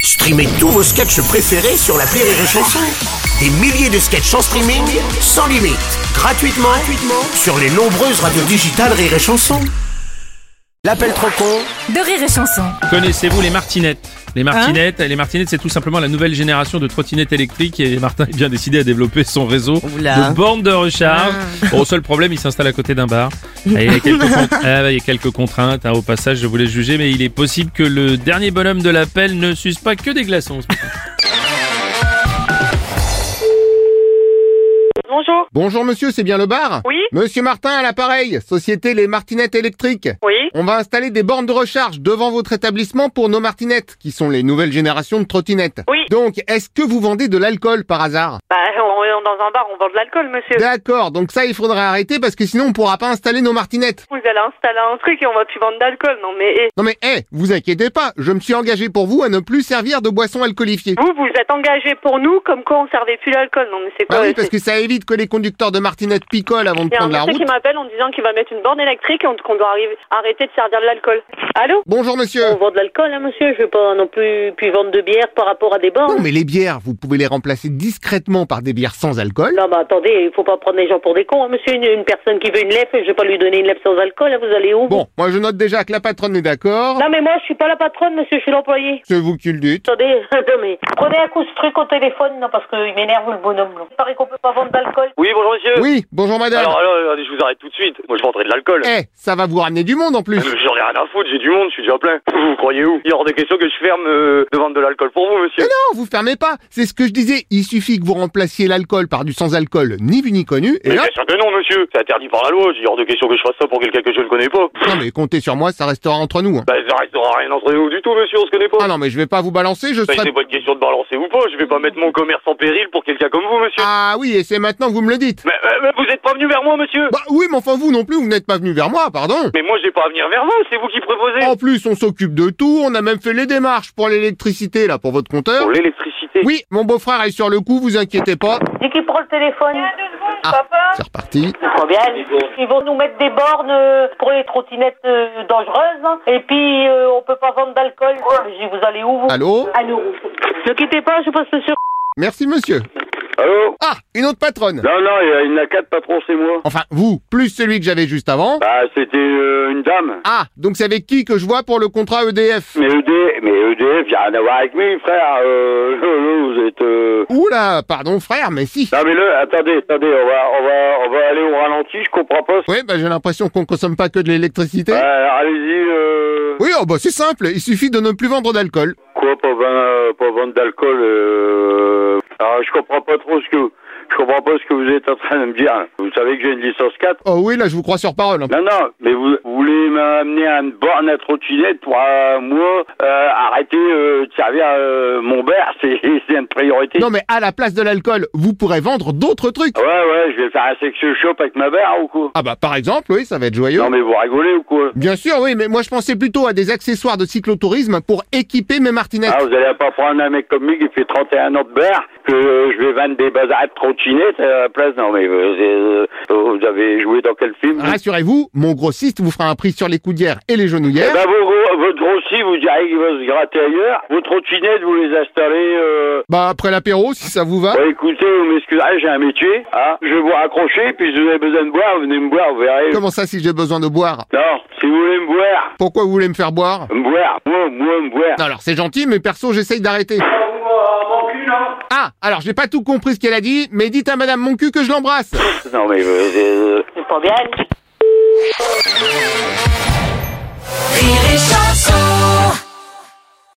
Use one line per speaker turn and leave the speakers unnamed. Streamez tous vos sketchs préférés sur la Rire et Chanson. Des milliers de sketchs en streaming, sans limite, gratuitement, gratuitement sur les nombreuses radios digitales Rire et Chanson. L'appel trop con
de rire et chanson.
Connaissez-vous les martinettes Les martinettes, les martinettes, c'est tout simplement la nouvelle génération de trottinettes électriques et Martin est bien décidé à développer son réseau
Oula.
de bornes de recharge. Au seul problème, il s'installe à côté d'un bar. Et Il y a quelques, con- Ah, il y a quelques contraintes. hein, au passage, je voulais juger, mais il est possible que le dernier bonhomme de l'appel ne suce pas que des glaçons.
Bonjour.
Bonjour monsieur, c'est bien le bar
Oui.
Monsieur Martin à l'appareil, société Les Martinettes électriques.
Oui.
On va installer des bornes de recharge devant votre établissement pour nos martinettes, qui sont les nouvelles générations de trottinettes.
Oui.
Donc, est-ce que vous vendez de l'alcool par hasard
Bah, on est dans un bar, on vend de l'alcool, monsieur.
D'accord, donc ça il faudra arrêter parce que sinon on pourra pas installer nos martinettes.
Vous allez installer un truc et on va plus vendre d'alcool. Non, mais eh,
Non mais hé, vous inquiétez pas, je me suis engagé pour vous à ne plus servir de boissons alcoolifiées.
vous, vous êtes engagé pour nous comme quoi on servait plus l'alcool. Non, mais c'est quoi
Bah oui,
euh,
parce
c'est-
que ça évite que les conducteurs de martinettes picolent avant de
Il y a un
prendre la
monsieur
route.
qui m'appelle en disant qu'il va mettre une borne électrique et qu'on doit arriver, arrêter de servir de l'alcool. Allô
Bonjour monsieur.
On vend de l'alcool, hein, monsieur. Je veux pas non plus puis vendre de bière par rapport à des bars.
Non mais les bières, vous pouvez les remplacer discrètement par des bières sans alcool.
Non, mais attendez, il faut pas prendre les gens pour des cons, hein, monsieur. Une, une personne qui veut une lèvre, je vais pas lui donner une lèvre sans alcool. hein, vous allez où vous
Bon, moi je note déjà que la patronne est d'accord.
Non, mais moi, je suis pas la patronne, monsieur. Je suis l'employé.
C'est vous qui le dites.
Attendez, non, mais prenez un coup ce truc au téléphone, non, parce qu'il m'énerve le bonhomme. là. Il paraît qu'on peut pas vendre d'alcool.
Oui, bonjour monsieur.
Oui, bonjour madame.
Alors, alors, attendez, je vous arrête tout de suite. Moi, je vendrai de l'alcool.
Eh, ça va vous ramener du monde en plus.
Euh, J'en ai rien à foutre, j'ai du monde, je suis déjà plein. Vous vous croyez où Il est hors de question que je ferme euh, de vendre de l'alcool pour vous, monsieur.
Non, vous fermez pas. C'est ce que je disais. Il suffit que vous remplaciez l'alcool par du sans-alcool, ni vu ni connu, Eh, et
Mais
hop.
bien sûr que non, monsieur. C'est interdit par la loi. Il est hors de question que je fasse ça pour quelqu'un que je ne connais pas.
Non mais comptez sur moi, ça restera entre nous. hein.
Bah, ça restera rien entre nous du tout, monsieur. On se connaît pas.
Ah non, mais je vais pas vous balancer, je
Bah,
serai...
c'est pas une question de balancer ou pas. Je vais pas mettre mon commerce en péril pour quelqu'un comme vous, monsieur.
Ah oui, et c'est maintenant que vous me le dites.
Mais, mais- mais vous êtes pas venu vers moi, monsieur.
Bah oui, mais enfin vous non plus, vous n'êtes pas venu vers moi, pardon.
Mais moi, j'ai pas à venir vers vous. C'est vous qui proposez.
En plus, on s'occupe de tout, on a même fait les démarches pour l'électricité, là, pour votre compteur.
Pour l'électricité.
Oui, mon beau-frère est sur le coup, vous inquiétez pas.
Dès qu'il prend le téléphone,
Ah, c'est reparti.
il prend bien. Ils vont nous mettre des bornes euh, pour les trottinettes euh, dangereuses, hein. et puis euh, on peut pas vendre d'alcool. Je dis, vous allez où vous
Allô
Allô Ne quittez pas, je passe monsieur.
Merci monsieur.
Allô
Ah, une autre patronne.
Non, non, il y en a quatre patrons, c'est moi.
Enfin, vous, plus celui que j'avais juste avant.
Bah, c'était une dame.
Ah, donc c'est avec qui que je vois pour le contrat E EDF
Mais EDF, mais E EDF, y a rien à voir avec lui, frère. Euh, non, non, vous êtes. Euh...
Oula, pardon frère, mais si.
Non, mais le, attendez, attendez, on va, on va, on va aller au ralenti. Je comprends pas. ce-
Oui, bah j'ai l'impression qu'on consomme pas que de l'électricité.
Euh, allez-y. Euh...
Oui, oh bah c'est simple, il suffit de ne plus vendre d'alcool.
Quoi, pas, vin- pas vendre d'alcool. Euh... Alors, je comprends pas trop ce que, je comprends pas ce que vous êtes en train de me dire. Vous savez que j'ai une licence 4.
Oh oui, là je vous crois sur parole. hein.
Non, non, mais vous, vous voulez m'amener à une borne à trottinette pour, euh, moi, euh, arrêter euh, de servir euh, mon beurre, c'est c'est une priorité.
Non mais à la place de l'alcool, vous pourrez vendre d'autres trucs.
Ouais, ouais, je vais faire un sex shop avec ma mère ou quoi
Ah bah par exemple, oui, ça va être joyeux.
Non, mais vous rigolez ou quoi
Bien sûr, oui, mais moi je pensais plutôt à des accessoires de cyclotourisme pour équiper mes martinettes.
Ah, vous allez pas prendre un mec comme lui qui fait 31 ans de beurre, que euh, je vais vendre des bazars de trottinettes à la place Non, mais euh, c'est, euh, vous avez joué dans quel film
Ah,
vous
Rassurez-vous, mon grossiste vous fera un prix sur les coudières et les
Eh
genouillères.
ben, vos gros- votre grossi, vous direz qu'il va se gratter ailleurs. Vos trottinettes, vous les installez... Euh...
Bah après l'apéro, si ça vous va.
Bah, écoutez, vous m'excuserez, j'ai un métier. Hein je vais vous raccrocher, puis si vous avez besoin de boire, venez me boire, vous verrez.
Comment ça si j'ai besoin de boire
Non, si vous voulez me boire,
Pourquoi vous voulez me faire boire
me boire, moi, moi, me boire.
Non, alors c'est gentil, mais perso, j'essaye d'arrêter. Ah, alors j'ai pas tout compris ce qu'elle a dit, mais dites à Madame Mon cul que je l'embrasse.
Non, mais... euh, c'est, euh,
C'est pas bien.